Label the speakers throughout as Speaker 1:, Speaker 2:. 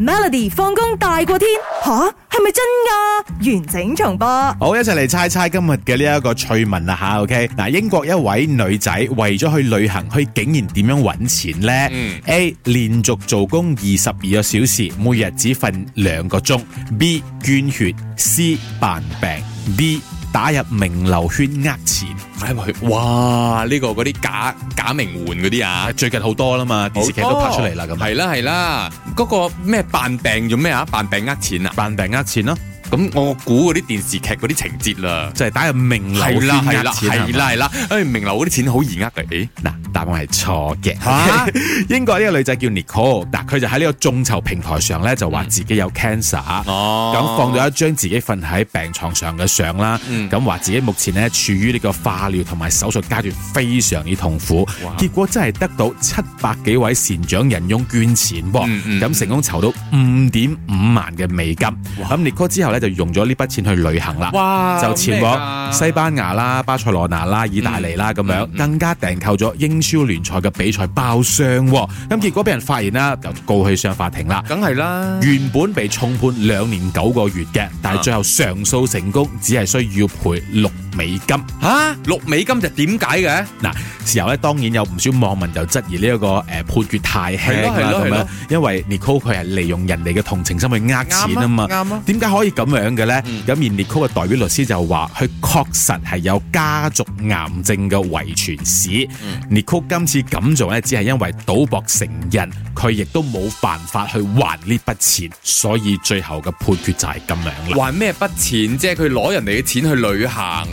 Speaker 1: Melody 放工大過天吓，係咪真噶？完整重播。
Speaker 2: 好，一齊嚟猜猜今日嘅呢一個趣聞啦吓，OK？嗱，英國一位女仔為咗去旅行，佢竟然點樣揾錢呢、
Speaker 3: 嗯
Speaker 2: a 連續做工二十二個小時，每日只瞓兩個鐘；B 捐血；C 扮病；D 打入名流圈呃錢。
Speaker 3: 買埋去，哇！呢、個嗰啲假假名媛嗰啲啊，
Speaker 2: 最近好哦多啦嘛，電視劇都拍出嚟啦，咁
Speaker 3: 係啦係啦，嗰、個咩扮病做咩啊？扮病呃錢啊！
Speaker 2: 扮病呃錢咯，
Speaker 3: 咁我估嗰啲電視劇嗰啲情節啦。
Speaker 2: 就係打入名流
Speaker 3: 係
Speaker 2: 圈
Speaker 3: 啦係
Speaker 2: 呃
Speaker 3: 啦
Speaker 2: 錢係
Speaker 3: 係
Speaker 2: 嘛
Speaker 3: 啦係啦，誒名流嗰啲錢好易呃嘅，誒
Speaker 2: 嗱，答案係錯嘅。
Speaker 3: 嚇
Speaker 2: 英國呢個女仔叫 Nicole，嗱，佢就喺呢個眾籌平台上咧就話自己有 cancer，咁、
Speaker 3: 嗯哦
Speaker 2: 放咗一張自己瞓喺病床上嘅相啦，
Speaker 3: 嗯
Speaker 2: 咁話、自己目前咧處於呢個化療同埋手術階段，非常之痛苦
Speaker 3: 哇，
Speaker 2: 結果真係得到七百幾位善長人翁捐錢噃，咁、
Speaker 3: 嗯嗯
Speaker 2: 成功籌到五點五萬嘅美金，咁 Nicole 之後咧就用咗呢筆錢去旅行啦。
Speaker 3: 哇
Speaker 2: 就前往西班牙啦、巴塞羅那啦、意大利啦咁
Speaker 3: 嗯
Speaker 2: 樣，
Speaker 3: 嗯
Speaker 2: 更加訂購咗英超聯賽嘅比賽包廂喎。咁結果俾人發現啦，就告佢上法庭啦。
Speaker 3: 梗係啦，
Speaker 2: 原本被重判兩年九個月嘅，但係最後上訴成功，只係需要賠六美金。
Speaker 3: 嚇六美金就點解嘅？
Speaker 2: 嗱，事後咧當然有唔少網民就質疑呢一個誒判決太輕
Speaker 3: 係
Speaker 2: 啦
Speaker 3: 咯
Speaker 2: 咁
Speaker 3: 係咯係
Speaker 2: 樣
Speaker 3: 咯，
Speaker 2: 因為 Nicole 佢係利用人哋嘅同情心去呃錢啊嘛
Speaker 3: 啱。啊啱啊
Speaker 2: 點解可以咁樣嘅呢？
Speaker 3: 嗯
Speaker 2: 咁而 Nicole 嘅代表律師就話，佢確實係有家族癌症嘅遺傳史。Nicole
Speaker 3: 嗯
Speaker 2: 今次咁做呢，只係因為賭博成癮，佢亦都冇辦法去還呢筆錢，所以最後嘅判決就係咁樣啦。
Speaker 3: 還咩筆錢啫？佢攞人哋嘅錢去旅行，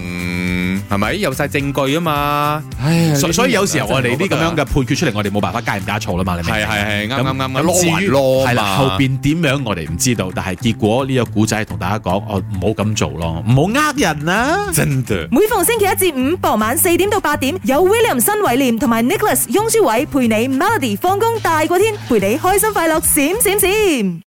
Speaker 3: 係咪有晒證據啊嘛？唉
Speaker 2: 所所以有時候我哋啲咁樣
Speaker 3: 嘅
Speaker 2: 嘅判決出嚟，我哋冇辦法加鹽加醋啦嘛，你明唔
Speaker 3: 係
Speaker 2: 明？
Speaker 3: 係係啱
Speaker 2: 咁
Speaker 3: 啱啱啱
Speaker 2: 咁至於
Speaker 3: 攞
Speaker 2: 係啦，後邊點樣我哋唔知道，但係結果呢個古仔同大家講，我唔好咁做咯，唔好呃人啦、
Speaker 3: 真嘅。
Speaker 1: 每逢星期一至五傍晚四點到八點，有 William 新偉廉同埋 Nicholas 雍舒偉陪你 Melody 放工大過天，陪你開心快樂閃閃閃。